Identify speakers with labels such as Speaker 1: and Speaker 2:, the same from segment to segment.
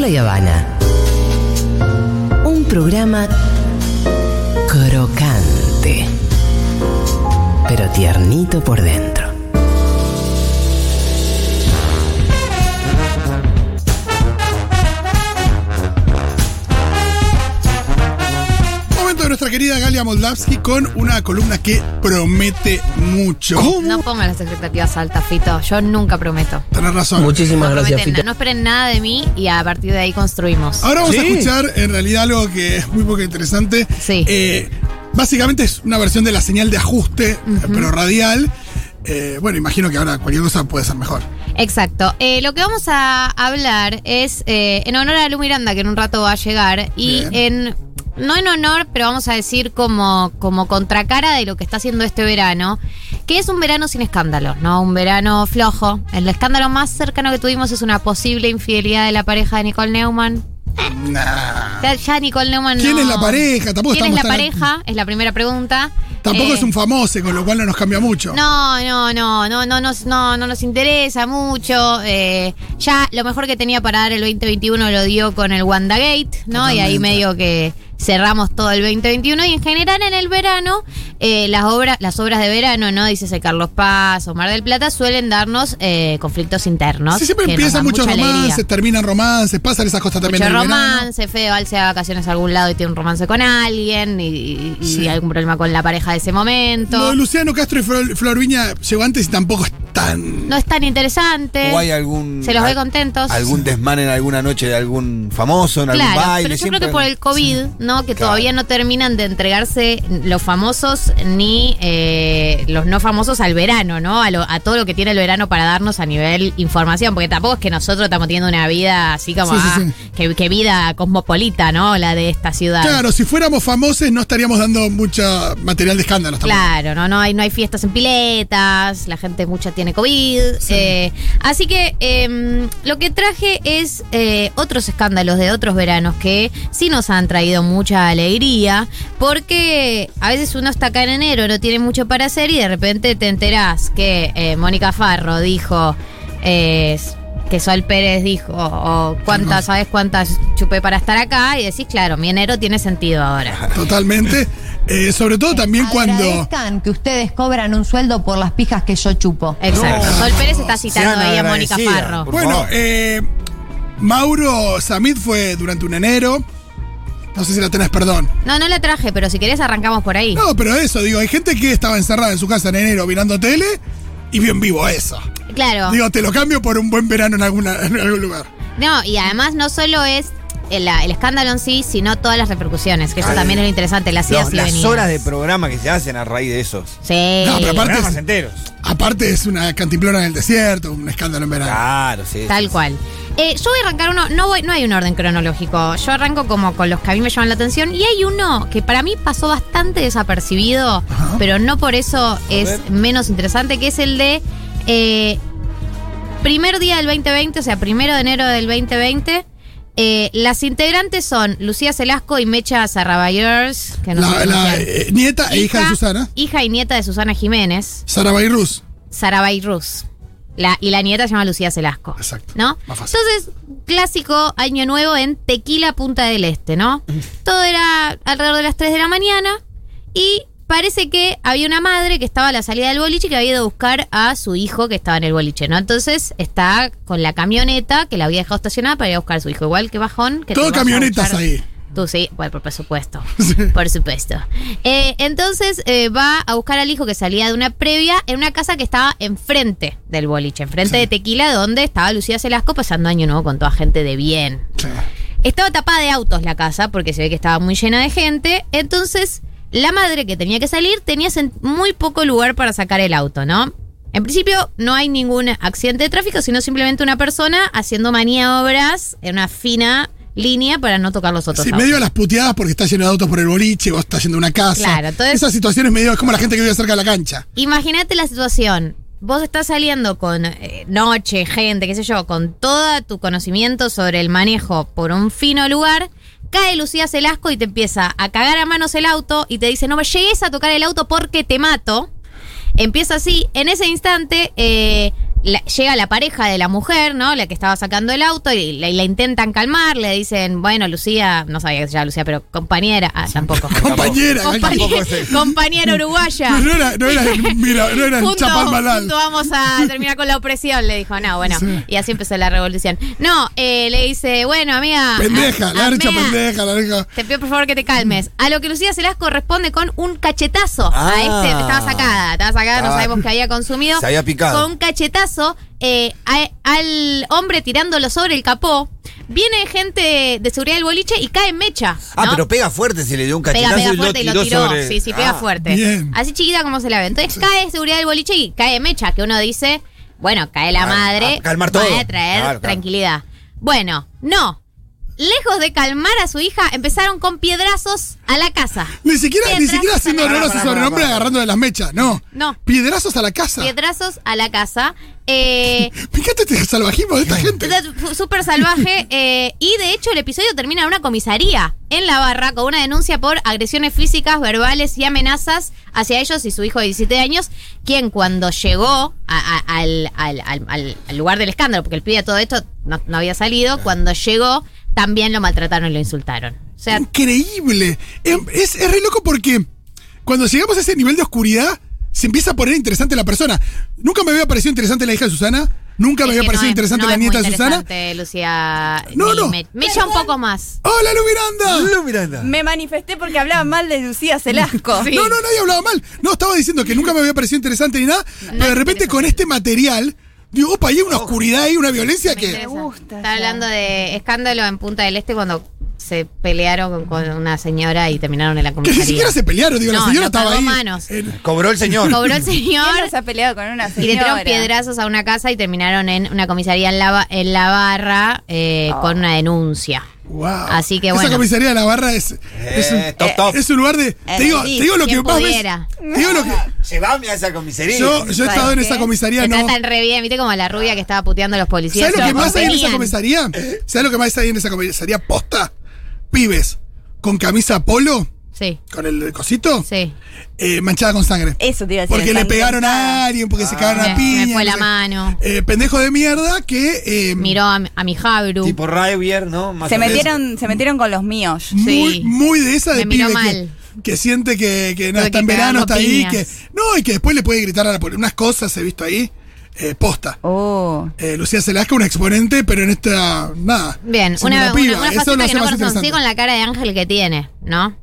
Speaker 1: de Habana. Un programa crocante, pero tiernito por dentro.
Speaker 2: Momento de nuestra querida Galia Moldavsky con una columna que promete mucho.
Speaker 3: No pongan las expectativas altas, Fito. Yo nunca prometo.
Speaker 2: Tenés razón.
Speaker 4: Muchísimas
Speaker 3: No,
Speaker 4: gracias,
Speaker 3: prometen
Speaker 4: Fita.
Speaker 3: nada. no esperen nada de mí y a partir de ahí construimos.
Speaker 2: Ahora vamos a
Speaker 4: Sí.
Speaker 2: escuchar en realidad algo que es muy poco interesante.
Speaker 3: Sí.
Speaker 2: Eh, básicamente es una versión de la señal de ajuste, pero radial. Eh, bueno, imagino que ahora cualquier cosa puede ser mejor.
Speaker 3: Exacto. Eh, lo que vamos a hablar es eh, en honor a Lu Miranda, que en un rato va a llegar, y en. No en honor, pero vamos a decir como, como contracara de lo que está haciendo este verano, que es un verano sin escándalos, ¿no? Un verano flojo. El escándalo más cercano que tuvimos es una posible infidelidad de la pareja de Nicole Neumann.
Speaker 2: Nah.
Speaker 3: Ya, ya Nicole Neumann
Speaker 2: ¿Quién
Speaker 3: no-
Speaker 2: es la pareja? Tampoco
Speaker 3: ¿Quién es
Speaker 2: estamos
Speaker 3: la
Speaker 2: tan-
Speaker 3: pareja? Es la primera pregunta.
Speaker 2: Tampoco
Speaker 3: Eh,
Speaker 2: es un famoso, con lo cual no nos cambia mucho.
Speaker 3: no, no, no, no, no, nos- no, no nos interesa mucho. eh, ya lo mejor que tenía para dar el 2021 lo dio con el WandaGate, ¿no? Y ahí
Speaker 2: Totalmente.
Speaker 3: medio que cerramos todo el 2021 y en general en el verano eh, las obras las obras de verano no dice Carlos Paz o Mar del Plata suelen darnos eh, conflictos internos
Speaker 2: Sí, siempre
Speaker 3: que nos
Speaker 2: empiezan
Speaker 3: dan
Speaker 2: muchos
Speaker 3: mucha alegría.
Speaker 2: romances, terminan romances, pasan esas cosas también
Speaker 3: Mucho
Speaker 2: en el verano.
Speaker 3: romance, Fedeval se va de vacaciones a algún lado y tiene un romance con alguien y, y- y
Speaker 2: Sí.
Speaker 3: algún problema con la pareja de ese momento.
Speaker 2: Lo de Luciano Castro y Flor, Flor Viña llegó antes y tampoco es tan.
Speaker 3: no es tan interesante.
Speaker 5: O hay algún.
Speaker 3: Se los ve
Speaker 5: al-
Speaker 3: contentos.
Speaker 5: Algún desmán en alguna noche de algún famoso, en algún
Speaker 3: Claro,
Speaker 5: baile.
Speaker 3: pero yo
Speaker 5: siempre-
Speaker 3: creo que por el COVID, ¿no? Que
Speaker 5: Claro.
Speaker 3: todavía no terminan de entregarse los famosos ni eh, los no famosos al verano, ¿no? A, lo- a todo lo que tiene el verano para darnos a nivel información, porque tampoco es que nosotros estamos teniendo una vida así como,
Speaker 2: Sí, sí,
Speaker 3: ah,
Speaker 2: sí.
Speaker 3: Que, que vida cosmopolita, ¿no? La de esta ciudad.
Speaker 2: Claro, si fuéramos famosos no estaríamos dando mucho material de escándalos tampoco.
Speaker 3: Claro, no, no hay, no hay fiestas en piletas, la gente mucha tiene COVID. eh, así que em, lo que traje es eh, otros escándalos de otros veranos que sí nos han traído mucha alegría, porque a veces uno está acá en enero, no tiene mucho para hacer y de repente te enterás que eh, Mónica Farro dijo... eh, que Sol Pérez dijo, o cuántas, ¿sabes cuántas chupé para estar acá? Y decís, claro, mi enero tiene sentido ahora.
Speaker 2: Totalmente. Eh, sobre todo también cuando.
Speaker 6: Agradezcan que ustedes cobran un sueldo por las pijas que yo chupo.
Speaker 3: Exacto.
Speaker 5: No.
Speaker 3: Sol Pérez está citando
Speaker 5: Sean
Speaker 3: ahí a Mónica
Speaker 5: agradecidas,
Speaker 3: Farro.
Speaker 5: por
Speaker 2: Bueno,
Speaker 5: favor.
Speaker 2: eh, Mauro Samit fue durante un enero. No sé si la tenés, perdón.
Speaker 3: No, no la traje, pero si querés arrancamos por ahí.
Speaker 2: No, pero eso, digo, hay gente que estaba encerrada en su casa en enero mirando tele y vio en vivo eso.
Speaker 5: Ah.
Speaker 3: Claro.
Speaker 2: Digo, te lo cambio por un buen verano en, alguna, en algún lugar.
Speaker 3: No, y además no solo es el, el escándalo en sí, sino todas las repercusiones, que eso también es lo interesante, las
Speaker 5: Los-
Speaker 3: idas y
Speaker 5: las
Speaker 3: venidas.
Speaker 5: horas de programa que se hacen a raíz de esos.
Speaker 3: Sí.
Speaker 2: No, pero aparte-
Speaker 5: Programas enteros.
Speaker 2: Aparte, es una cantimplora en el desierto, un escándalo en verano.
Speaker 5: Claro, sí.
Speaker 3: Tal cual. Eh, yo voy a arrancar uno, no, voy, no hay un orden cronológico, yo arranco como con los que a mí me llaman la atención y hay uno que para mí pasó bastante desapercibido,
Speaker 2: Ajá.
Speaker 3: pero no por eso es
Speaker 5: ver.
Speaker 3: menos interesante, que es el de eh, primer día del 2020, o sea, primero de enero del 2020. eh, las integrantes son Lucía Celasco y Mecha Sarrabayers, que no sé
Speaker 2: La,
Speaker 3: cómo
Speaker 2: la,
Speaker 3: se llama.
Speaker 2: eh, nieta e hija de Susana,
Speaker 3: Hija y nieta de Susana Jiménez,
Speaker 2: Sara Bayrus.
Speaker 3: Sarabay Ruz. La, y la nieta se llama Lucía Celasco.
Speaker 2: Exacto.
Speaker 3: ¿no?
Speaker 2: Más fácil.
Speaker 3: Entonces, clásico año nuevo en Tequila Punta del Este, ¿no? Todo era alrededor de las 3 de la mañana y parece que había una madre que estaba a la salida del boliche y que había ido a buscar a su hijo que estaba en el boliche, ¿no? Entonces, está con la camioneta que la había dejado estacionada para ir a buscar a su hijo. Igual que bajón. Que te
Speaker 2: Todo
Speaker 3: vas a
Speaker 2: camionetas
Speaker 3: buscar-
Speaker 2: ahí.
Speaker 3: Tú sí, bueno, por por supuesto. Por supuesto. Eh, entonces eh, va a buscar al hijo que salía de una previa en una casa que estaba enfrente del boliche, enfrente de Tequila, donde estaba Lucía Celasco pasando año nuevo con toda gente de bien.
Speaker 2: Sí.
Speaker 3: Estaba tapada de autos la casa porque se ve que estaba muy llena de gente. Entonces, la madre que tenía que salir tenía sen- muy poco lugar para sacar el auto, ¿no? En principio, no hay ningún accidente de tráfico, sino simplemente una persona haciendo maniobras en una fina línea para no tocar los otros
Speaker 2: Sí,
Speaker 3: autos.
Speaker 2: medio a las puteadas porque está lleno de autos por el boliche, vos estás yendo a una casa.
Speaker 3: Claro, entonces-
Speaker 2: Esas situaciones medio es como la gente que vive cerca de la cancha.
Speaker 3: Imagínate la situación. Vos estás saliendo con eh, noche, gente, qué sé yo, con todo tu conocimiento sobre el manejo por un fino lugar. Cae Lucía Celasco y te empieza a cagar a manos el auto y te dice, no me llegues a tocar el auto porque te mato. Empieza así. En ese instante, eh, la- llega la pareja de la mujer, ¿no? La que estaba sacando el auto y la, y la intentan calmar, le dicen, bueno, Lucía, no sabía que se llama Lucía, pero compañera, ah, tampoco.
Speaker 2: Compañera,
Speaker 3: Compañera, compañera uruguaya.
Speaker 2: No, no era, no era, mira, no era el
Speaker 3: Juntos,
Speaker 2: Chaparmalal.
Speaker 3: juntos vamos a terminar con la opresión, le dijo. No, bueno.
Speaker 2: Sí.
Speaker 3: Y así empezó la revolución. No, eh, le dice, bueno, amiga.
Speaker 2: Pendeja,
Speaker 3: a-
Speaker 2: larcha,
Speaker 3: amiga,
Speaker 2: pendeja, larga.
Speaker 3: Te pido por favor que te calmes. A lo que Lucía Selasco responde con un cachetazo.
Speaker 5: Ah.
Speaker 3: a este, estaba sacada, estaba sacada, no
Speaker 5: Ah.
Speaker 3: sabemos qué había consumido.
Speaker 5: Se había picado.
Speaker 3: Con un cachetazo eh, a- al hombre tirándolo sobre el capó. Viene gente de seguridad del boliche y cae en mecha.
Speaker 5: Ah,
Speaker 3: ¿no?
Speaker 5: pero pega fuerte si le dio un
Speaker 3: Pega,
Speaker 5: cachetazo
Speaker 3: pega
Speaker 5: y, lo
Speaker 3: fuerte y
Speaker 5: tiró
Speaker 3: lo tiró.
Speaker 5: sobre-
Speaker 3: Sí, sí, pega
Speaker 5: Ah,
Speaker 3: fuerte.
Speaker 2: bien.
Speaker 3: Así chiquita como se la ve. Entonces cae seguridad del boliche y cae mecha, que uno dice, bueno, cae la
Speaker 5: Ah,
Speaker 3: madre.
Speaker 5: a calmar
Speaker 3: va
Speaker 5: todo.
Speaker 3: a traer
Speaker 5: Claro, claro.
Speaker 3: tranquilidad. Bueno, no. Lejos de calmar a su hija, empezaron con piedrazos a la casa.
Speaker 2: Ni siquiera, ni
Speaker 3: Piedrazos
Speaker 2: siquiera
Speaker 3: a
Speaker 2: haciendo
Speaker 3: la
Speaker 2: honor a su
Speaker 5: Pará, pará,
Speaker 2: sobrenombre
Speaker 5: pará, pará.
Speaker 2: agarrando de las mechas, no.
Speaker 3: No.
Speaker 2: Piedrazos a la
Speaker 5: Ah.
Speaker 2: casa.
Speaker 3: Piedrazos a la casa. Eh,
Speaker 2: Me encanta este salvajismo de esta gente.
Speaker 3: Fu- Súper salvaje. eh, y de hecho, el episodio termina en una comisaría en la barra con una denuncia por agresiones físicas, verbales y amenazas hacia ellos y su hijo de 17 años, quien cuando llegó a- a- al, al- al- al- al lugar del escándalo, porque el pibe a todo esto no, no había salido, cuando llegó también lo maltrataron y lo insultaron. O sea,
Speaker 2: Increíble. Es, es, es re loco porque cuando llegamos a ese nivel de oscuridad, se empieza a poner interesante la persona. Nunca me había parecido interesante la hija de Susana. Nunca me
Speaker 3: es que
Speaker 2: había parecido
Speaker 3: no es-
Speaker 2: interesante
Speaker 3: no
Speaker 2: la
Speaker 3: es
Speaker 2: nieta
Speaker 3: muy
Speaker 2: de Susana.
Speaker 3: interesante, Lucía.
Speaker 2: No,
Speaker 3: ni
Speaker 2: no.
Speaker 3: Me, me echa un poco más.
Speaker 2: ¡Hola, Lu Miranda!
Speaker 5: Lu Miranda.
Speaker 4: Me manifesté porque hablaba mal de Lucía Celasco.
Speaker 3: Sí.
Speaker 2: No, no, nadie hablaba mal. No, estaba diciendo que nunca me había parecido interesante ni nada. pero de repente con este material, digo, opa, ahí hay una oscuridad, hay una violencia
Speaker 3: Me
Speaker 2: que.
Speaker 3: interesa.
Speaker 4: gusta
Speaker 3: Está
Speaker 4: ya.
Speaker 3: hablando de escándalo en Punta del Este cuando se pelearon con, con una señora y terminaron en la
Speaker 2: Que
Speaker 3: comisaría.
Speaker 2: ni siquiera se pelearon, digo, la
Speaker 3: No,
Speaker 2: señora
Speaker 3: no
Speaker 2: estaba
Speaker 3: pagó
Speaker 2: ahí.
Speaker 3: manos.
Speaker 2: en-
Speaker 5: Cobró el señor.
Speaker 3: Cobró el señor
Speaker 4: ¿Quién no Ah, se ha peleado con una
Speaker 3: y
Speaker 4: señora?
Speaker 3: le tiraron piedrazos a una casa y terminaron en una comisaría en la, ba- en la barra eh, con una denuncia.
Speaker 2: wow.
Speaker 3: Así que
Speaker 2: Esa
Speaker 3: bueno.
Speaker 2: comisaría de la barra es.
Speaker 5: Eh,
Speaker 2: es un-
Speaker 5: top, top.
Speaker 2: Es un lugar de. Te digo, te digo lo que
Speaker 3: Eh, quien
Speaker 2: más ves-
Speaker 3: pudiera.
Speaker 2: te digo lo que.
Speaker 5: Llevame a esa comisaría.
Speaker 2: Yo, yo he estado en
Speaker 4: ¿qué?
Speaker 3: ¿eh?
Speaker 2: esa comisaría,
Speaker 3: Se
Speaker 2: no.
Speaker 3: tratan re bien, viste como a la rubia que estaba puteando a los policías.
Speaker 2: ¿Sabes lo
Speaker 3: se
Speaker 2: que más hay en esa
Speaker 3: contenían.
Speaker 2: comisaría? ¿Sabes lo que más hay en esa comisaría posta? Pibes con camisa polo,
Speaker 3: Sí,
Speaker 2: con el cosito,
Speaker 3: sí.
Speaker 2: eh, manchada con sangre.
Speaker 4: Eso te iba a decir.
Speaker 2: Porque le
Speaker 4: sangre
Speaker 2: pegaron a
Speaker 4: manchada.
Speaker 2: alguien, porque se cagaron a
Speaker 3: Me-
Speaker 2: piña.
Speaker 3: me fue
Speaker 2: no
Speaker 3: la
Speaker 2: sé.
Speaker 3: mano.
Speaker 2: Eh, pendejo de mierda que. eh,
Speaker 3: Miró a, mi- a mi Jabru.
Speaker 5: Tipo Raibier, ¿no? Más
Speaker 4: Se
Speaker 5: o menos.
Speaker 4: metieron, se metieron con los míos.
Speaker 2: Muy,
Speaker 3: Sí.
Speaker 2: muy de esa de
Speaker 3: Me miró
Speaker 2: pibe que-
Speaker 3: mal.
Speaker 2: Que, siente que, que no,
Speaker 3: Tuve
Speaker 2: está
Speaker 3: que
Speaker 2: en verano, está
Speaker 3: cagarlo
Speaker 2: ahí.
Speaker 3: piñas.
Speaker 2: Que, no, y que después le puede gritar a la poli- Unas cosas he visto ahí, eh, posta.
Speaker 4: Oh.
Speaker 2: Eh, Lucía Selasca, una exponente, pero en esta. Nada.
Speaker 3: Bien,
Speaker 2: Es
Speaker 3: una,
Speaker 2: piba.
Speaker 3: una, una
Speaker 2: Eso
Speaker 3: faceta
Speaker 2: lo
Speaker 3: que
Speaker 2: hace
Speaker 3: no
Speaker 2: más
Speaker 3: corresponde
Speaker 2: interesante.
Speaker 3: con la cara de ángel que tiene, ¿no?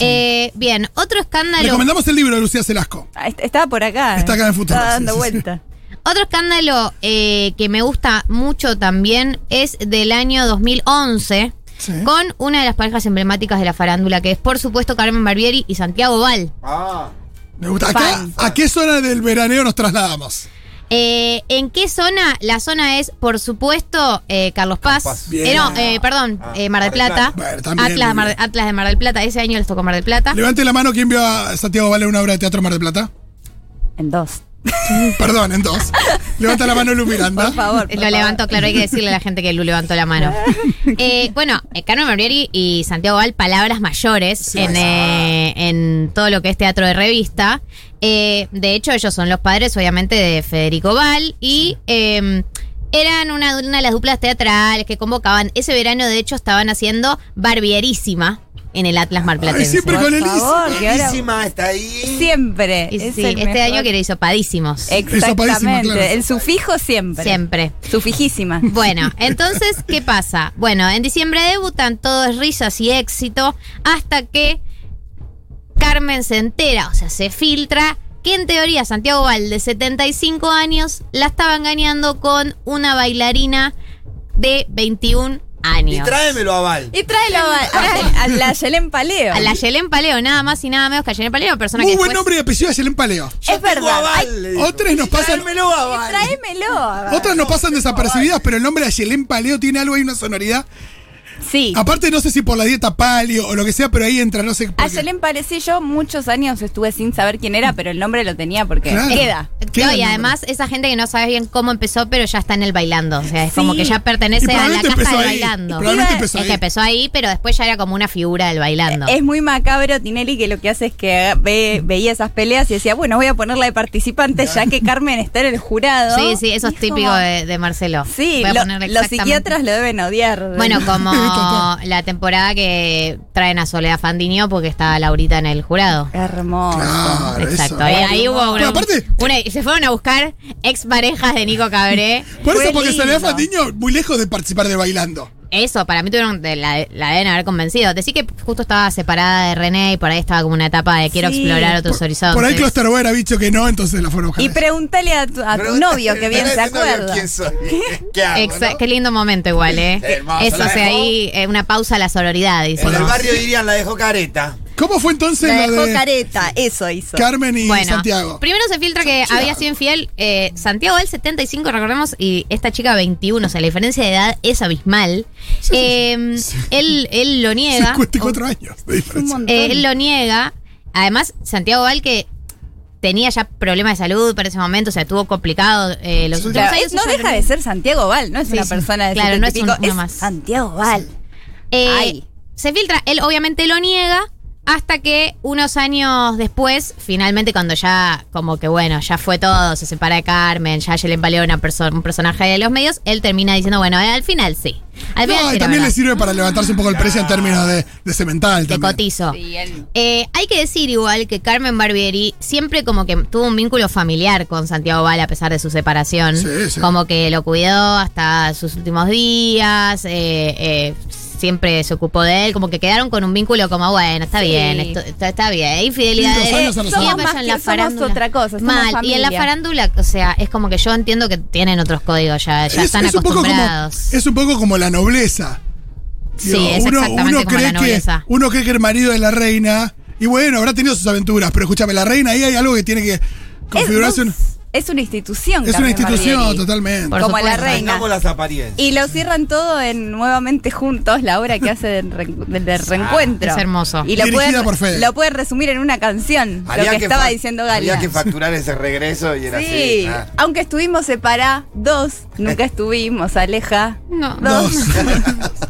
Speaker 3: Eh, bien, otro escándalo.
Speaker 2: Recomendamos el libro de Lucía Selasco.
Speaker 4: Ah, est- Estaba por acá. eh.
Speaker 2: Está acá en Futuro,
Speaker 4: Estaba
Speaker 2: sí,
Speaker 4: dando
Speaker 2: sí, sí.
Speaker 4: vuelta.
Speaker 3: Otro escándalo eh, que me gusta mucho también es del año 2011
Speaker 2: Sí.
Speaker 3: con una de las parejas emblemáticas de la farándula, que es por supuesto Carmen Barbieri y Santiago Val.
Speaker 5: Ah.
Speaker 2: Me gusta. Acá,
Speaker 4: Fan.
Speaker 2: ¿A qué zona del veraneo nos trasladamos?
Speaker 3: Eh, ¿En qué zona? La zona es, por supuesto, eh, Carlos Paz.
Speaker 5: Carlos Paz.
Speaker 2: Bien.
Speaker 3: Eh, no, eh, perdón,
Speaker 5: Ah,
Speaker 3: eh, Mar del Plata.
Speaker 2: Bueno, también,
Speaker 3: Atlas,
Speaker 2: muy
Speaker 3: Mar-
Speaker 2: bien.
Speaker 3: Atlas de Mar del Plata. Ese año les tocó Mar del Plata.
Speaker 2: Levante la mano quien vio a Santiago Vale en una obra de teatro en Mar del Plata. Mm,
Speaker 4: En dos.
Speaker 2: Perdón, en dos. Levanta la mano Lu Miranda.
Speaker 4: Por favor. por
Speaker 3: Lo
Speaker 4: favor.
Speaker 3: levantó, claro, hay que decirle a la gente que Lu levantó la mano. Eh, bueno, eh, Carmen Barbieri y Santiago Val, palabras mayores en, eh, en todo lo que es teatro de revista. Eh, de hecho, ellos son los padres, obviamente, de Federico Val y. eh, eran una, una de las duplas teatrales que convocaban. Ese verano, de hecho, estaban haciendo Barbierísima en el Atlas
Speaker 2: Ay,
Speaker 3: Marplatense.
Speaker 2: siempre con el
Speaker 4: Por favor, que ahora-
Speaker 5: Buenísima, está ahí.
Speaker 4: Siempre.
Speaker 3: Y
Speaker 4: es
Speaker 3: sí,
Speaker 4: el
Speaker 3: este
Speaker 4: mejor.
Speaker 3: año que le hizo Padísimos.
Speaker 4: Exactamente.
Speaker 2: claro.
Speaker 4: El sufijo siempre.
Speaker 3: Siempre.
Speaker 4: Sufijísima.
Speaker 3: Bueno, entonces, ¿qué pasa? Bueno, en diciembre debutan, todo es risas y éxito, hasta que Carmen se entera, o sea, se filtra, que en teoría Santiago Val, de 75 años, la estaba engañando con una bailarina de 21
Speaker 5: Y
Speaker 3: años.
Speaker 5: tráemelo a Val.
Speaker 4: Y tráelo a, a- a la Yelén Paleo.
Speaker 3: A la Yelén Paleo, nada más y nada menos que a Yelén Paleo, persona
Speaker 2: Muy
Speaker 3: que
Speaker 2: buen
Speaker 3: después-
Speaker 2: nombre y apellido de Yelén Paleo.
Speaker 5: Yo
Speaker 4: Es
Speaker 5: tengo
Speaker 4: verdad.
Speaker 5: a Val, le digo.
Speaker 2: otras nos
Speaker 5: Y
Speaker 2: pasan-
Speaker 5: Tráemelo a Val.
Speaker 4: Tráemelo.
Speaker 2: Otras nos pasan desapercibidas, pero el nombre de Yelén Paleo tiene algo, hay una sonoridad.
Speaker 4: Sí.
Speaker 2: Aparte, no sé si por la dieta palio o lo que sea, pero ahí entra, no sé. por
Speaker 4: A
Speaker 2: qué.
Speaker 4: Yelén Palesí yo muchos años estuve sin saber quién era, pero el nombre lo tenía porque
Speaker 2: Claro.
Speaker 4: queda.
Speaker 2: Queda
Speaker 3: No,
Speaker 2: el
Speaker 3: y
Speaker 2: nombre.
Speaker 3: además esa gente que no sabes bien cómo empezó, pero ya está en el bailando. O sea, es
Speaker 4: Sí.
Speaker 3: como que ya
Speaker 2: Y
Speaker 3: pertenece a la
Speaker 2: probablemente
Speaker 3: casa
Speaker 2: empezó
Speaker 3: del
Speaker 2: ahí, y
Speaker 3: bailando.
Speaker 2: Probablemente
Speaker 4: Iba-
Speaker 2: empezó
Speaker 3: Es que
Speaker 2: ahí.
Speaker 3: empezó ahí, pero después ya era como una figura del bailando.
Speaker 4: Es muy macabro Tinelli que lo que hace es que ve- veía esas peleas y decía, bueno, voy a ponerla de participante ya que Carmen está en el jurado.
Speaker 3: Sí, sí, eso
Speaker 4: Y
Speaker 3: es típico
Speaker 4: como-
Speaker 3: de, de Marcelo.
Speaker 4: Sí,
Speaker 3: Voy a
Speaker 4: lo-
Speaker 3: ponerle
Speaker 4: los
Speaker 3: exactamente-
Speaker 4: psiquiatras lo deben odiar.
Speaker 3: Bueno, como
Speaker 2: Total.
Speaker 3: la temporada que traen a Soledad Fandinio porque está Laurita en el jurado.
Speaker 4: Hermoso.
Speaker 2: Claro,
Speaker 3: Exacto,
Speaker 2: eso.
Speaker 3: ahí, ahí hubo
Speaker 2: Pero
Speaker 3: una,
Speaker 2: aparte-
Speaker 3: una- Se fueron a buscar exparejas de Nico Cabré.
Speaker 2: Por eso,
Speaker 4: Fue
Speaker 2: porque
Speaker 4: lindo.
Speaker 2: Soledad Fandiño, muy lejos de participar de bailando.
Speaker 3: Eso, para mí tuvieron de- la, la deben haber convencido. Decí que justo estaba separada de René y por ahí estaba como una etapa de quiero
Speaker 4: Sí.
Speaker 3: explorar otros horizontes.
Speaker 2: Por ahí Klosterboer ha dicho que no, entonces la fueron a buscar.
Speaker 4: Y pregúntale a tu, a tu
Speaker 5: Pero-
Speaker 4: novio que bien
Speaker 5: Pero
Speaker 4: se
Speaker 5: ese novio,
Speaker 4: acuerda.
Speaker 5: ¿Quién soy? ¿Qué hago,
Speaker 3: Exa-
Speaker 5: no?
Speaker 3: Qué lindo momento igual, ¿eh?
Speaker 5: Sí, hermoso,
Speaker 3: Eso,
Speaker 5: la
Speaker 3: o sea,
Speaker 5: dejó.
Speaker 3: ahí eh, una pausa a la sororidad, dice.
Speaker 5: En el barrio dirían la dejó careta.
Speaker 2: ¿Cómo fue entonces
Speaker 4: La
Speaker 2: lo
Speaker 4: dejó
Speaker 2: de
Speaker 4: careta, eso hizo.
Speaker 2: Carmen y
Speaker 3: Bueno,
Speaker 2: Santiago?
Speaker 3: primero se filtra que había sido infiel eh, Santiago del 75, recordemos, y esta chica 21, o sea, la diferencia de edad es abismal. Eh, Él, él lo niega.
Speaker 2: 54 años de
Speaker 4: un
Speaker 2: diferencia.
Speaker 4: montón.
Speaker 3: Eh, él lo niega. Además, Santiago Val que tenía ya problemas de salud para ese momento, o sea, tuvo complicado eh, los
Speaker 2: Sí,
Speaker 3: últimos
Speaker 4: Pero
Speaker 3: años.
Speaker 4: es- no
Speaker 3: Eso ya
Speaker 4: deja de ser Santiago Val, no es
Speaker 3: Sí,
Speaker 4: una
Speaker 3: sí.
Speaker 4: persona de
Speaker 3: Claro, no es
Speaker 4: 70 y
Speaker 3: un- uno
Speaker 4: pico,
Speaker 3: más.
Speaker 4: Santiago Val.
Speaker 3: Eh,
Speaker 4: Ay.
Speaker 3: Se filtra, él obviamente lo niega, hasta que unos años después, finalmente cuando ya, como que bueno, ya fue todo, se separa de Carmen, ya Yelen Paleo una perso- un personaje de los medios, él termina diciendo, bueno, eh, al final sí. Al final
Speaker 2: No,
Speaker 3: sí,
Speaker 2: y
Speaker 3: la
Speaker 2: también
Speaker 3: verdad,
Speaker 2: le sirve para levantarse un poco el precio en términos de, de cemental
Speaker 3: te
Speaker 2: también.
Speaker 3: cotizo.
Speaker 4: Sí, él.
Speaker 3: Eh, hay que decir igual que Carmen Barbieri siempre como que tuvo un vínculo familiar con Santiago Val a pesar de su separación.
Speaker 2: Sí, sí.
Speaker 3: Como que lo cuidó hasta sus últimos días, eh, eh, siempre se ocupó de él, como que quedaron con un vínculo como, bueno, está
Speaker 4: Sí.
Speaker 3: bien, esto- está, está bien, infidelidad.
Speaker 2: Lindos años a los
Speaker 4: somos más que- somos otra cosa, somos
Speaker 3: Mal, y en la
Speaker 4: familia.
Speaker 3: farándula, o sea, es como que yo entiendo que tienen otros códigos ya, ya están
Speaker 2: un poco como,
Speaker 3: acostumbrados.
Speaker 2: es un poco como la nobleza.
Speaker 3: Sí, es exactamente como la
Speaker 2: que,
Speaker 3: nobleza.
Speaker 2: uno cree que el marido de la reina, y bueno, habrá tenido sus aventuras, pero escúchame, la reina ahí hay algo que tiene que configurarse. un-
Speaker 4: Es, es una institución.
Speaker 2: es una
Speaker 4: Carmen
Speaker 2: institución
Speaker 4: Barbieri.
Speaker 2: totalmente.
Speaker 3: Por
Speaker 4: Como la
Speaker 3: supuesto.
Speaker 4: reina.
Speaker 5: Tengamos las apariencias.
Speaker 4: Y lo cierran todo en Nuevamente Juntos, la obra que hace de, reen- de- de reencuentro.
Speaker 3: Ah, es hermoso.
Speaker 4: Y lo
Speaker 2: Dirigida
Speaker 4: pueden,
Speaker 2: por Fede.
Speaker 4: lo pueden resumir en una canción, lo que, estaba
Speaker 5: fac-
Speaker 4: diciendo
Speaker 5: Había
Speaker 4: Galia.
Speaker 5: que facturar ese regreso y era así.
Speaker 4: Sí,
Speaker 5: ah.
Speaker 4: aunque estuvimos separados, nunca estuvimos, Aleja.
Speaker 3: No.
Speaker 2: Dos.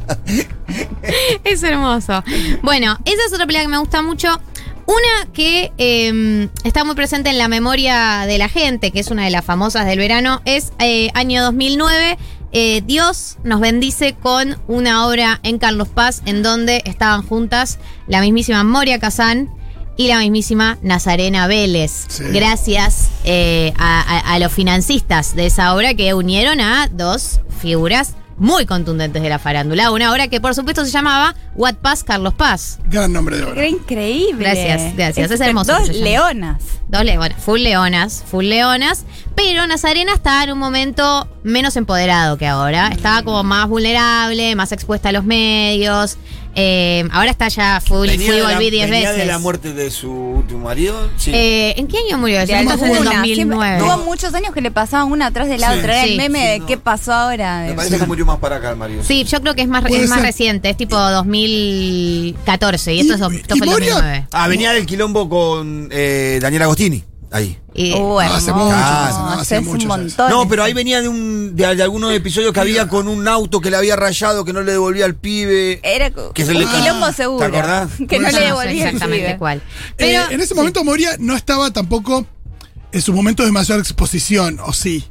Speaker 3: Es hermoso. Bueno, esa es otra pelea que me gusta mucho. Una que eh, está muy presente en la memoria de la gente, que es una de las famosas del verano, es eh, año 2009. eh, Dios nos bendice con una obra en Carlos Paz en donde estaban juntas la mismísima Moria Kazán y la mismísima Nazarena Vélez.
Speaker 2: Sí.
Speaker 3: Gracias eh, a, a- a los financistas de esa obra que unieron a dos figuras muy contundentes de la farándula. Una obra que por supuesto se llamaba What Paz Carlos Paz.
Speaker 2: Gran nombre de obra.
Speaker 4: Era increíble. Este,
Speaker 3: Gracias, gracias, es hermoso
Speaker 4: Dos
Speaker 3: que se llame.
Speaker 4: leonas.
Speaker 3: Dos le- bueno, full leonas, full leonas. Pero Nazarena estaba en un momento menos empoderado que ahora. Estaba como más vulnerable, más expuesta a los medios. Eh, ahora está ya full,
Speaker 5: Venía
Speaker 3: fui y
Speaker 5: de la-
Speaker 3: volví diez
Speaker 5: venía
Speaker 3: veces.
Speaker 5: de la muerte de su último marido. Sí.
Speaker 3: Eh, ¿En qué año murió?
Speaker 4: De
Speaker 3: ella? Entonces en el
Speaker 4: alguna.
Speaker 3: 2009.
Speaker 4: Siempre- Tuvo muchos años que le pasaban una atrás de la
Speaker 2: Sí.
Speaker 4: otra. Era
Speaker 3: Sí.
Speaker 4: el meme
Speaker 5: Sí,
Speaker 4: de
Speaker 5: no.
Speaker 4: qué pasó ahora.
Speaker 5: Me parece que murió más para acá el marido.
Speaker 3: Sí, yo creo que es más,
Speaker 2: Puede
Speaker 3: es más
Speaker 2: ser.
Speaker 3: reciente, es tipo 2014 y esto, es, do-
Speaker 2: ¿Y-
Speaker 3: esto
Speaker 2: y
Speaker 3: fue el
Speaker 2: Moria?
Speaker 3: 2009.
Speaker 5: Ah, venía del quilombo con eh, Daniel Agostini. Ahí.
Speaker 3: Y-
Speaker 4: Uh,
Speaker 2: Ah, hace
Speaker 4: hermoso.
Speaker 2: mucho,
Speaker 5: ah,
Speaker 2: hace
Speaker 4: es un
Speaker 2: mucho,
Speaker 4: montón.
Speaker 5: No, pero ahí venía de, un, de, de algunos episodios que había con un auto que le había rayado, que no le devolvía al pibe.
Speaker 4: Era
Speaker 5: Que se
Speaker 4: un
Speaker 5: le-
Speaker 4: quilombo
Speaker 5: Ah,
Speaker 4: seguro.
Speaker 5: ¿te acordás?
Speaker 4: Que no
Speaker 3: yo
Speaker 4: le
Speaker 3: sé
Speaker 4: devolví
Speaker 3: exactamente
Speaker 4: el pibe.
Speaker 3: cuál. Pero
Speaker 2: Eh, en ese momento Moria no estaba tampoco en su momento de mayor exposición, o sí.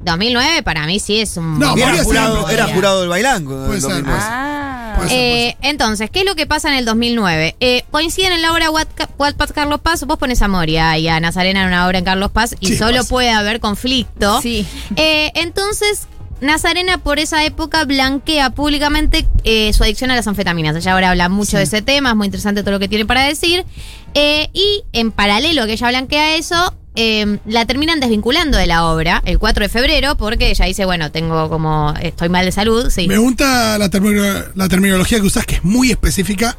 Speaker 3: 2009 para mí sí es un...
Speaker 2: No,
Speaker 5: Y
Speaker 2: Moria
Speaker 5: era, jurado,
Speaker 2: siempre.
Speaker 5: era jurado del bailango.
Speaker 2: Puede
Speaker 5: en
Speaker 2: ser.
Speaker 5: 2009.
Speaker 4: Ah.
Speaker 2: Puede ser, puede
Speaker 3: Eh, entonces, ¿qué es lo que pasa en el 2009? Eh, coinciden en la obra What, Ca- What Paz Carlos Paz, vos pones a Moria y a Nazarena en una obra en Carlos Paz y
Speaker 2: Chispas.
Speaker 3: solo puede haber conflicto.
Speaker 4: Sí.
Speaker 3: Eh, entonces, Nazarena por esa época blanquea públicamente eh, su adicción a las anfetaminas. Ella ahora habla mucho de ese tema, es muy interesante todo lo que tiene para decir. Eh, y en paralelo a que ella blanquea eso, eh, la terminan desvinculando de la obra el 4 de febrero porque ella dice, bueno, tengo como, estoy mal de salud, sí.
Speaker 2: Me gusta la, termino- la terminología que usás, que es muy específica,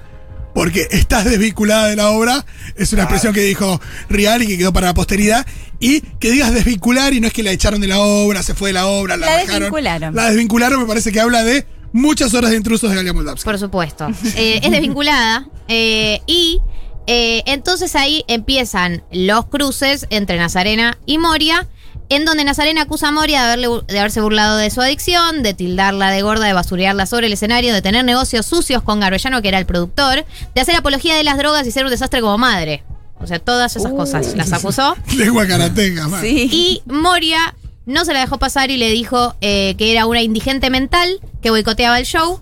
Speaker 2: porque estás desvinculada de la obra. Es una expresión que dijo Rial y que quedó para la posteridad. Y que digas desvincular y no es que la echaron de la obra, se fue de la obra, la,
Speaker 4: La
Speaker 2: bajaron.
Speaker 4: desvincularon.
Speaker 2: La desvincularon, me parece que habla de muchas horas de intrusos de Galia Moldavsky.
Speaker 3: Por supuesto. Eh, es desvinculada. eh, y eh, entonces ahí empiezan los cruces entre Nazarena y Moria. En donde Nazarena acusa a Moria de, haberle, de haberse burlado de su adicción, de tildarla de gorda, de basurearla sobre el escenario, de tener negocios sucios con Garbellano, que era el productor, de hacer apología de las drogas y ser un desastre como madre. O sea, todas esas cosas las acusó.
Speaker 2: Lengua karateca, man.
Speaker 4: Sí.
Speaker 3: Y Moria no se la dejó pasar y le dijo eh, que era una indigente mental que boicoteaba el show.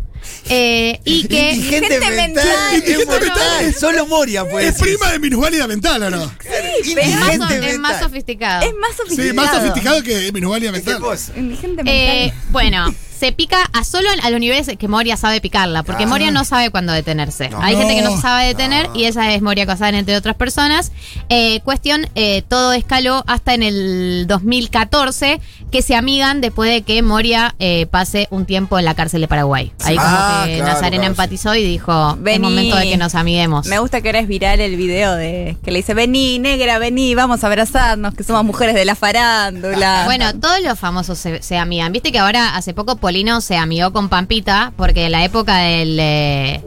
Speaker 3: eh, y que.
Speaker 5: Indigente
Speaker 4: Indigente
Speaker 5: mental.
Speaker 4: mental.
Speaker 5: Indigente
Speaker 2: Indigente
Speaker 5: mental.
Speaker 2: mental.
Speaker 5: Solo Moria, pues.
Speaker 2: Es prima de minusvalida mental, ¿o no?
Speaker 3: Es más, so-
Speaker 5: Indigente
Speaker 3: es más
Speaker 5: mental.
Speaker 3: sofisticado.
Speaker 4: Es más sofisticado.
Speaker 2: Sí, más sofisticado que minusvalida mental.
Speaker 5: cosa?
Speaker 4: Indigente
Speaker 3: Eh,
Speaker 4: mental.
Speaker 3: bueno, se pica a solo a los niveles que Moria sabe picarla, porque
Speaker 5: Ah.
Speaker 3: Moria no sabe cuándo detenerse.
Speaker 5: No.
Speaker 3: Hay gente que no
Speaker 2: No.
Speaker 3: sabe detener y esa es Moria Casán, entre otras personas. Eh, cuestión, eh, todo escaló hasta en el 2014, que se amigan después de que Moria eh, pase un tiempo en la cárcel de Paraguay. Ahí
Speaker 5: Ah,
Speaker 3: como que
Speaker 5: claro,
Speaker 3: Nazarena
Speaker 5: claro,
Speaker 3: empatizó y dijo, es
Speaker 4: Vení.
Speaker 3: momento de que nos amiguemos.
Speaker 4: Me gusta que ahora es viral el video de que le dice, vení, negra, vení, vamos a abrazarnos, que somos mujeres de la farándula.
Speaker 3: Bueno, todos los famosos se, se amigan. Viste que ahora hace poco Polino se amigó con Pampita, porque en la época del, eh,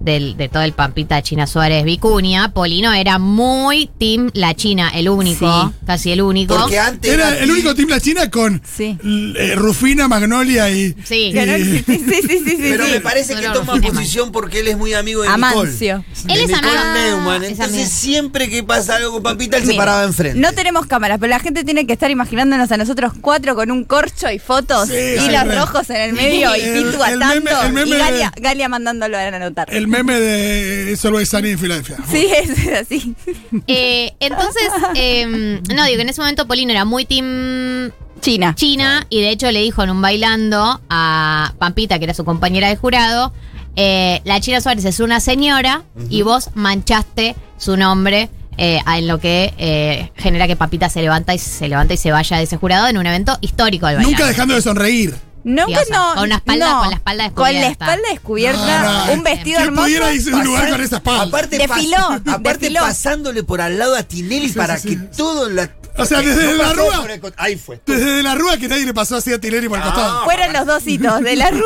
Speaker 3: del- de todo el Pampita China Suárez Vicuña, Polino era muy team la China, el único,
Speaker 4: Sí.
Speaker 3: casi el único.
Speaker 5: Porque antes.
Speaker 2: Era el único team la China con
Speaker 4: Sí.
Speaker 2: eh, Rufina, Magnolia y.
Speaker 3: Sí.
Speaker 2: y-
Speaker 4: Que no existe. Sí, sí, sí, sí.
Speaker 5: Pero
Speaker 4: sí.
Speaker 5: me parece que
Speaker 3: No, no,
Speaker 5: toma
Speaker 3: no, no.
Speaker 5: posición porque él es muy amigo de
Speaker 4: Amancio.
Speaker 5: Nicole.
Speaker 3: Él
Speaker 5: De
Speaker 3: es
Speaker 5: Nicole
Speaker 3: amigo-
Speaker 5: Neumann.
Speaker 3: es
Speaker 5: Entonces
Speaker 3: amigo.
Speaker 5: siempre que pasa algo con Pampita, él se
Speaker 4: Mira,
Speaker 5: paraba enfrente.
Speaker 4: No tenemos cámaras, pero la gente tiene que estar imaginándonos a nosotros cuatro con un corcho y fotos
Speaker 2: Sí,
Speaker 4: y
Speaker 2: sí,
Speaker 4: los
Speaker 2: re.
Speaker 4: rojos en el medio y
Speaker 2: El-
Speaker 4: Pitu
Speaker 2: el meme-
Speaker 4: atando
Speaker 2: el meme
Speaker 4: y
Speaker 2: de-
Speaker 4: Galia, Galia mandándolo a anotar.
Speaker 2: El meme de Solo es Sunny en Filadelfia.
Speaker 4: Sí, es así.
Speaker 3: Eh, entonces, em, no, digo que en ese momento Polino era muy team
Speaker 4: China.
Speaker 3: China y de hecho le dijo en un bailando a Pampita, que era su compañera de jurado, eh, la China Suárez es una señora y vos manchaste su nombre eh, a- en lo que eh, genera que Pampita se levanta y se levanta y se vaya de ese jurado en un evento histórico del bailando.
Speaker 2: Nunca dejando de sonreír.
Speaker 4: Nunca
Speaker 3: Diosa.
Speaker 4: no.
Speaker 3: Con la espalda-
Speaker 4: no.
Speaker 3: con la espalda descubierta.
Speaker 4: Con la espalda descubierta,
Speaker 2: No, no,
Speaker 4: un vestido
Speaker 2: ¿Quién
Speaker 4: hermoso.
Speaker 2: pudiera irse a un lugar
Speaker 4: pasar-
Speaker 2: con esa espalda?
Speaker 5: Aparte,
Speaker 4: Desfiló,
Speaker 5: pas- aparte
Speaker 4: desfiló.
Speaker 5: pasándole por al lado a Tinelli
Speaker 2: Sí,
Speaker 5: para
Speaker 2: sí,
Speaker 5: que
Speaker 2: sí.
Speaker 5: todo la.
Speaker 2: O sea, desde
Speaker 5: No
Speaker 2: la
Speaker 5: pasó
Speaker 2: Rúa.
Speaker 5: por el cot- Ahí fue.
Speaker 2: Desde De la Rúa que nadie le pasó así a Tinelli por el
Speaker 5: Ah.
Speaker 2: costado.
Speaker 4: Fueron los dos hitos de la rúa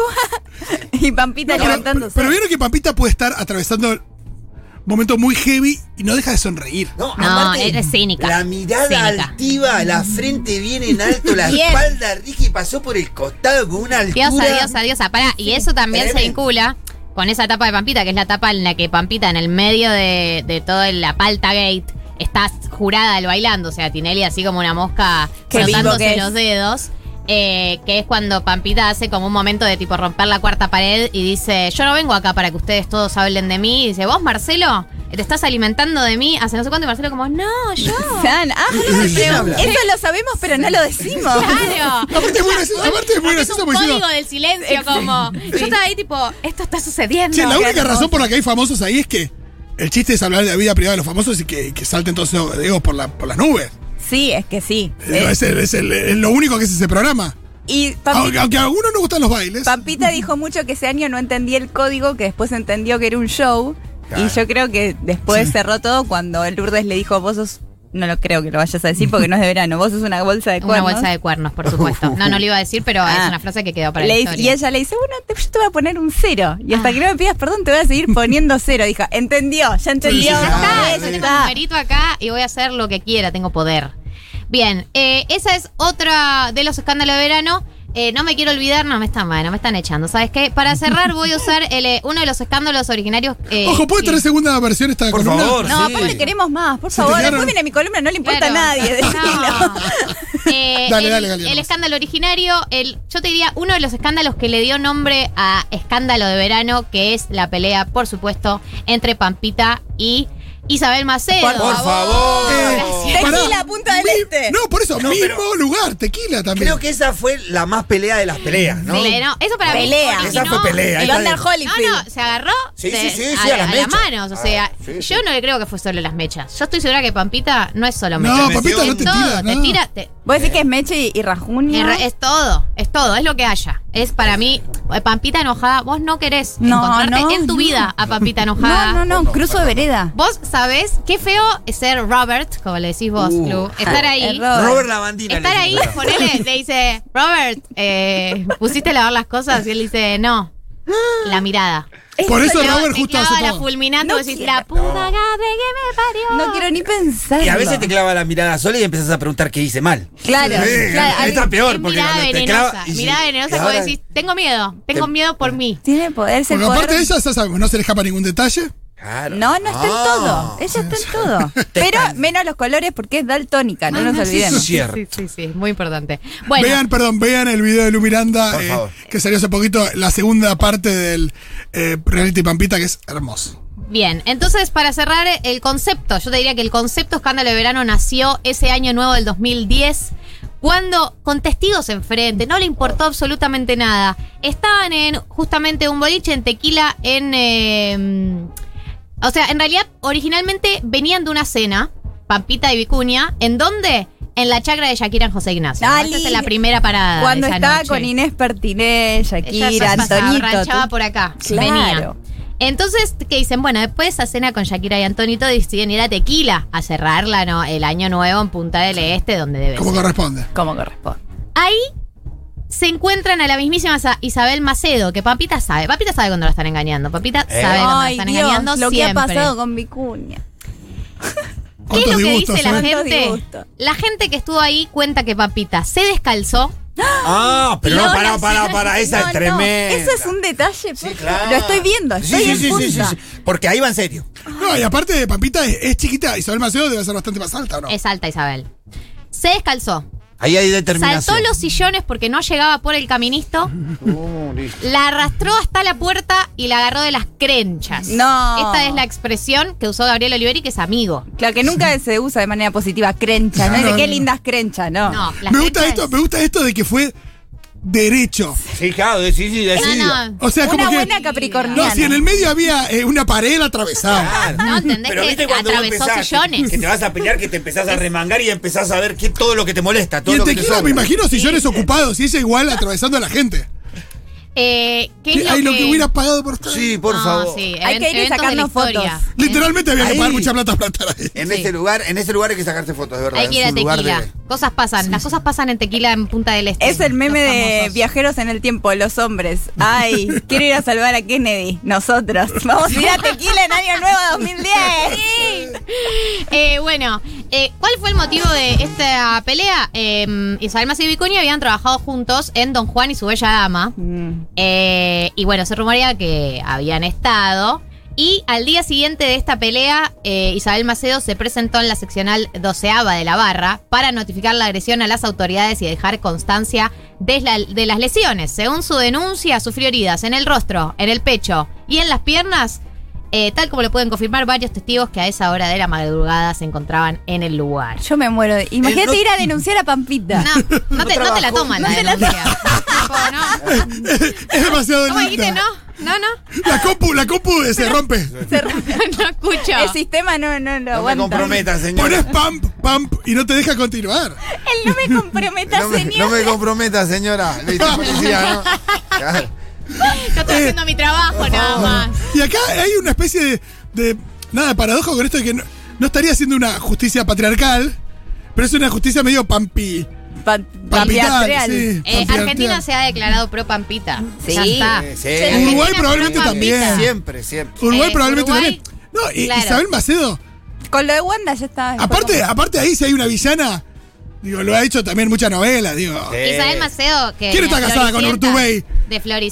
Speaker 4: y Pampita
Speaker 2: No, pero,
Speaker 4: levantándose.
Speaker 2: pero vieron que Pampita puede estar atravesando un momento muy heavy y no deja de sonreír.
Speaker 5: No,
Speaker 3: No, eres cínica.
Speaker 5: La mirada
Speaker 3: Cínica.
Speaker 5: altiva, la frente bien en alto, la
Speaker 4: Bien.
Speaker 5: espalda rígida y pasó por el costado con una altura.
Speaker 3: Diosa, diosa, diosa, pará. Y eso también se
Speaker 5: Tremendo.
Speaker 3: vincula con esa etapa de Pampita, que es la etapa en la que Pampita, en el medio de, de toda la palta gate, está jurada al bailando. O sea, Tinelli así como una mosca
Speaker 4: Qué vivo que
Speaker 3: frotándose
Speaker 4: es.
Speaker 3: los dedos. eh, que es cuando Pampita hace como un momento de tipo romper la cuarta pared y dice, yo no vengo acá para que ustedes todos hablen de mí. Y dice, vos, Marcelo, te estás alimentando de mí hace no sé cuánto. Y Marcelo como, no, yo.
Speaker 4: San, ah,
Speaker 5: ¿De quién habla?
Speaker 4: eso lo sabemos, pero no lo decimos.
Speaker 3: Claro.
Speaker 2: Aparte es muy gracioso, aparte es muy
Speaker 3: Aparte es
Speaker 2: gracioso
Speaker 3: un
Speaker 2: porque
Speaker 3: código
Speaker 2: diciendo,
Speaker 3: del silencio, como. Yo estaba ahí, tipo, esto está sucediendo.
Speaker 2: "Che, la única razón por la que hay famosos ahí es que el chiste es hablar de la vida privada de los famosos y que, que salten todos esos egos por, la, por las nubes.
Speaker 4: Sí, es que sí.
Speaker 2: Eh, Es, el- es el- es lo único que es ese programa.
Speaker 4: Y
Speaker 2: Aunque,
Speaker 4: Pampita,
Speaker 2: aunque a algunos no gustan los bailes.
Speaker 4: Pampita dijo mucho que ese año no entendía el código, que después entendió que era un show.
Speaker 5: Claro.
Speaker 4: Y yo creo que después cerró todo cuando Lourdes le dijo, vos sos, no lo creo que lo vayas a decir porque no es de verano, vos sos una bolsa de
Speaker 3: Una
Speaker 4: cuernos.
Speaker 3: bolsa de cuernos, por supuesto. No, no lo iba a decir, pero
Speaker 4: Ah.
Speaker 3: es una frase que quedó para
Speaker 4: Le
Speaker 3: la
Speaker 4: dice- y
Speaker 3: historia.
Speaker 4: ella le dice, bueno, te- yo te voy a poner un cero. Y hasta que no me pidas perdón, te voy a seguir poniendo cero. Dijo, entendió, ya entendió.
Speaker 3: Ya está,
Speaker 4: Ah,
Speaker 3: yo
Speaker 4: ya
Speaker 3: tengo
Speaker 4: está.
Speaker 3: un numerito acá y voy a hacer lo que quiera, tengo poder. Bien, eh, esa es otra de los escándalos de verano. Eh, no me quiero olvidar, no me están mal, no me están echando. ¿Sabes qué? Para cerrar voy a usar el, eh, uno de los escándalos originarios. eh,
Speaker 2: Ojo, ¿puede
Speaker 3: que-
Speaker 2: tener segunda versión esta
Speaker 5: Por
Speaker 2: columna? Eh,
Speaker 5: favor.
Speaker 4: No,
Speaker 5: sí.
Speaker 4: aparte queremos más, por
Speaker 2: Se te
Speaker 4: favor.
Speaker 2: quedaron-
Speaker 4: Después viene mi columna, no le importa
Speaker 3: Claro.
Speaker 4: a nadie.
Speaker 3: No.
Speaker 4: decilo.
Speaker 3: Eh,
Speaker 2: Dale,
Speaker 3: el,
Speaker 2: dale, dale,
Speaker 3: el
Speaker 2: nomás.
Speaker 3: escándalo originario, el, yo te diría uno de los escándalos que le dio nombre a escándalo de verano, que es la pelea, por supuesto, entre Pampita y Isabel Macedo.
Speaker 5: Por favor.
Speaker 2: Eh,
Speaker 4: Tequila,
Speaker 2: pará.
Speaker 4: Punta del
Speaker 2: Mi-
Speaker 4: Este.
Speaker 2: No, por eso,
Speaker 5: No,
Speaker 2: mismo
Speaker 5: pero-
Speaker 2: lugar, tequila también.
Speaker 5: Creo que esa fue la más pelea de las peleas, ¿no?
Speaker 3: Sí, no, eso para mí
Speaker 4: Pelea.
Speaker 5: Esa fue
Speaker 3: originó-
Speaker 5: pelea,
Speaker 4: El
Speaker 5: está
Speaker 4: Under
Speaker 5: bien.
Speaker 4: Holyfield.
Speaker 3: No, no, se agarró
Speaker 5: Sí,
Speaker 3: de-
Speaker 5: sí, sí,
Speaker 3: a,
Speaker 5: sí,
Speaker 3: la- a
Speaker 5: a las
Speaker 3: las
Speaker 5: mechas.
Speaker 3: manos. O
Speaker 5: Ah,
Speaker 3: sea,
Speaker 5: sí, sí.
Speaker 3: yo no le creo que fue solo las mechas. Yo estoy segura que Pampita no es solo mechas.
Speaker 2: No,
Speaker 5: metió
Speaker 2: Pampita no
Speaker 3: es
Speaker 2: te
Speaker 3: todo,
Speaker 2: tira.
Speaker 3: te
Speaker 2: no.
Speaker 3: tira, te-
Speaker 4: ¿Vos decís que es Meche y, y Rajunio?
Speaker 3: Es, re- es todo, es todo, es lo que haya. Es para mí, eh, Pampita enojada, vos no querés
Speaker 4: No,
Speaker 3: encontrarte
Speaker 4: no,
Speaker 3: en tu
Speaker 4: no.
Speaker 3: vida a Pampita enojada.
Speaker 5: Oh,
Speaker 4: no, no, no, cruzo de vereda.
Speaker 3: Vos sabes qué feo es ser Robert, como le decís vos,
Speaker 5: Uh,
Speaker 3: Lu. Estar ahí.
Speaker 4: Ah, es Robert.
Speaker 5: Robert Lavandina.
Speaker 3: Estar
Speaker 5: le
Speaker 3: ahí,
Speaker 5: dicen.
Speaker 3: ponele, le dice, Robert, eh, ¿pusiste a lavar las cosas? Y él dice, no. La mirada.
Speaker 2: Por eso
Speaker 3: Me clava-
Speaker 2: Robert
Speaker 3: me
Speaker 2: justo
Speaker 3: clava
Speaker 2: hace
Speaker 3: la
Speaker 2: todo.
Speaker 3: fulminante,
Speaker 4: No
Speaker 3: vos decís,
Speaker 4: quiero.
Speaker 3: la puta madre que me parió.
Speaker 4: No quiero ni pensar.
Speaker 5: Y a veces te clava la mirada sola y empiezas a preguntar qué hice mal.
Speaker 4: Claro,
Speaker 5: Eh,
Speaker 4: claro.
Speaker 5: ahí está
Speaker 4: alguien-
Speaker 5: peor,
Speaker 3: Es
Speaker 5: porque
Speaker 3: mirada
Speaker 5: cuando te
Speaker 3: venenosa.
Speaker 5: clava- y sí,
Speaker 3: mirada venenosa, como
Speaker 5: ahora-
Speaker 3: decís, tengo miedo, tengo
Speaker 5: Te-
Speaker 3: miedo por mí.
Speaker 4: Tiene poder, es el
Speaker 2: Porque
Speaker 4: poder.
Speaker 2: aparte de ella, ya sabemos, no se le escapa ningún detalle.
Speaker 5: Claro.
Speaker 4: No, no está en
Speaker 5: Ah.
Speaker 4: todo. Ella está en todo. Pero menos los colores porque es daltónica, no nos
Speaker 5: sí,
Speaker 4: olvidemos.
Speaker 5: sí, Cierto.
Speaker 3: Ah, Sí, sí, sí, muy importante. Bueno,
Speaker 2: Vean, perdón, vean el video de Lu Miranda
Speaker 5: Por
Speaker 2: eh,
Speaker 5: favor.
Speaker 2: que salió hace poquito, la segunda parte del eh, reality Pampita, que es hermoso.
Speaker 3: bien. Entonces, para cerrar eh, el concepto, yo te diría que el concepto Escándalo de Verano nació ese año nuevo del 2010. Cuando, con testigos enfrente, no le importó absolutamente nada. Estaban en justamente un boliche en tequila en. eh, O sea, en realidad, originalmente venían de una cena, Pampita y Vicuña, ¿en dónde? En la chacra de Shakira en José Ignacio. ¿no?
Speaker 4: Dali.
Speaker 3: Esa es la primera parada. de
Speaker 4: Cuando
Speaker 3: Ah, esa
Speaker 4: estaba
Speaker 3: noche.
Speaker 4: con Inés Pertiné,
Speaker 3: Ella
Speaker 4: Shakira,
Speaker 3: pasaba,
Speaker 4: Antonito.
Speaker 3: ranchaba
Speaker 4: tú-
Speaker 3: por acá.
Speaker 4: Claro.
Speaker 3: Venía. Entonces, ¿qué dicen? Bueno, después de esa cena con Shakira y Antonito deciden ir a Tequila a cerrar la no- el año nuevo en Punta del Este, donde debe
Speaker 2: Como
Speaker 3: ser.
Speaker 2: corresponde.
Speaker 4: Como corresponde.
Speaker 3: Ahí se encuentran a la mismísima Sa- Isabel Macedo, que Papita sabe. Papita sabe cuando la están engañando. Papita
Speaker 5: Eh.
Speaker 3: sabe cuando la
Speaker 4: Ay,
Speaker 3: están
Speaker 4: Dios,
Speaker 3: engañando
Speaker 4: lo que ha
Speaker 3: siempre.
Speaker 4: pasado con Vicuña.
Speaker 3: ¿Qué es
Speaker 2: Cuántos
Speaker 3: lo que
Speaker 2: disgustos,
Speaker 3: dice la
Speaker 2: ¿eh?
Speaker 4: Cuántos
Speaker 3: gente?
Speaker 4: disgustos.
Speaker 3: La gente que estuvo ahí cuenta que Papita se descalzó,
Speaker 5: Ah, pero
Speaker 3: Y
Speaker 5: no,
Speaker 3: ahora
Speaker 5: pará,
Speaker 3: sí,
Speaker 5: pará, pará. Esa
Speaker 4: No,
Speaker 5: es
Speaker 4: no,
Speaker 5: tremenda.
Speaker 4: Eso es un detalle. por
Speaker 5: Sí,
Speaker 4: favor.
Speaker 5: claro.
Speaker 4: Lo estoy viendo, estoy
Speaker 5: sí,
Speaker 4: en
Speaker 5: sí,
Speaker 4: punta.
Speaker 5: sí, sí, sí. Porque ahí va en serio.
Speaker 2: No, y aparte de Pampita es, es chiquita. Isabel Macedo debe ser bastante más alta, ¿o ¿no?
Speaker 3: es alta Isabel. Se descalzó,
Speaker 5: Ahí hay determinación.
Speaker 3: Saltó los sillones porque no llegaba por el caministo. la arrastró hasta la puerta y la agarró de las crenchas.
Speaker 4: No.
Speaker 3: Esta es la expresión que usó Gabriel Oliveri, que es amigo.
Speaker 4: Claro, que nunca se usa de manera positiva crencha. No,
Speaker 2: No,
Speaker 4: dice
Speaker 2: no,
Speaker 4: qué
Speaker 2: no.
Speaker 4: lindas crenchas, no.
Speaker 3: No, las
Speaker 2: Me gusta,
Speaker 3: crenchas-
Speaker 2: esto, me gusta esto de que fue derecho.
Speaker 5: Sí, claro, sí, sí, decidido.
Speaker 3: No, no.
Speaker 2: O sea,
Speaker 4: Una
Speaker 2: como que.
Speaker 4: buena capricorniana.
Speaker 2: No, si en el medio había eh, una pared atravesada.
Speaker 5: Claro.
Speaker 3: No, entendés
Speaker 5: Ah. Pero
Speaker 3: que
Speaker 5: viste cuando vos
Speaker 3: atravesó
Speaker 5: empezás,
Speaker 3: sillones.
Speaker 5: Que te vas a pelear, que te empezás a remangar y empezás a ver que todo lo que te molesta, todo
Speaker 2: Y en
Speaker 5: lo que te
Speaker 2: tequila
Speaker 5: sobra.
Speaker 2: me imagino sillones ocupados y ella igual atravesando a la gente.
Speaker 3: Eh, ¿Qué es lo
Speaker 2: Ay,
Speaker 3: que...
Speaker 2: lo que hubiera pagado por estar.
Speaker 5: Sí, por
Speaker 3: No,
Speaker 5: favor.
Speaker 3: sí,
Speaker 4: Hay que ir y
Speaker 3: eventos de la
Speaker 4: sacarnos
Speaker 3: historia.
Speaker 4: fotos.
Speaker 2: Literalmente había que
Speaker 5: Ahí.
Speaker 2: pagar mucha plata para estar ahí.
Speaker 5: En
Speaker 3: Sí.
Speaker 5: este lugar, en este lugar hay que sacarse fotos, de verdad.
Speaker 3: Hay que ir
Speaker 5: Es
Speaker 3: a
Speaker 5: un lugar
Speaker 3: tequila.
Speaker 5: de-
Speaker 3: Cosas pasan. Las cosas pasan en tequila en Punta del Este.
Speaker 4: Es el meme
Speaker 3: Los
Speaker 4: de
Speaker 3: famosos.
Speaker 4: viajeros en el tiempo, los hombres. Ay, quiero ir a salvar a Kennedy. Nosotros. Vamos a ir a tequila en Año Nuevo 2010.
Speaker 3: Eh, bueno, eh, ¿cuál fue el motivo de esta pelea? Eh, Isabel Macedo y Vicuña habían trabajado juntos en Don Juan y su bella dama.
Speaker 4: Mm.
Speaker 3: Eh, y bueno, se rumorea que habían estado. Y al día siguiente de esta pelea, eh, Isabel Macedo se presentó en la seccional doceava de la barra para notificar la agresión a las autoridades y dejar constancia de, la- de las lesiones. Según su denuncia, sufrió heridas en el rostro, en el pecho y en las piernas, eh, tal como lo pueden confirmar varios testigos que a esa hora de la madrugada se encontraban en el lugar.
Speaker 4: Yo me muero. de- Imagínate
Speaker 5: Eh, no-
Speaker 4: ir a denunciar a Pampita.
Speaker 3: No, no, te, no te la
Speaker 5: trabajó.
Speaker 3: toman la
Speaker 4: No te la
Speaker 3: denuncia. Tipo, no.
Speaker 2: Es demasiado
Speaker 3: ¿Cómo dijiste?
Speaker 2: linda.
Speaker 3: No, no, no.
Speaker 2: La compu, la compu se rompe.
Speaker 3: no escucho.
Speaker 4: El sistema no, no lo
Speaker 5: No me
Speaker 4: aguanta.
Speaker 5: comprometa, señor.
Speaker 2: Pones pump, pump y no te deja continuar.
Speaker 4: Él no me comprometa,
Speaker 5: No me,
Speaker 4: señor.
Speaker 5: no me comprometa, señora. Le dice el policía, ¿no? Claro.
Speaker 3: Yo estoy haciendo mi trabajo nada más.
Speaker 2: Y acá hay una especie de, de- nada, paradoja con esto de que no, no estaría haciendo una justicia patriarcal, pero es una justicia medio pampi.
Speaker 4: Pa-
Speaker 2: Pampital,
Speaker 4: patriarcal.
Speaker 2: sí.
Speaker 3: Eh,
Speaker 2: pampiarteal.
Speaker 3: Argentina se ha dado pro Pampita.
Speaker 4: Sí.
Speaker 3: Ya está.
Speaker 5: Sí, sí.
Speaker 3: Argentina
Speaker 2: Uruguay
Speaker 3: pro
Speaker 2: probablemente
Speaker 3: Pampita.
Speaker 2: también.
Speaker 5: Siempre, siempre.
Speaker 2: Uruguay
Speaker 3: Eh,
Speaker 2: probablemente
Speaker 3: Uruguay,
Speaker 2: también. No, y-
Speaker 3: claro.
Speaker 2: Isabel Macedo.
Speaker 4: Con lo de Wanda ya está.
Speaker 2: Aparte, aparte ahí si hay una villana, digo, lo ha hecho también mucha novela, digo.
Speaker 5: Sí.
Speaker 3: Isabel Maceo, que.
Speaker 2: ¿Quién
Speaker 3: de
Speaker 2: está casada con
Speaker 3: Floricienta-
Speaker 2: Urtubey?
Speaker 3: De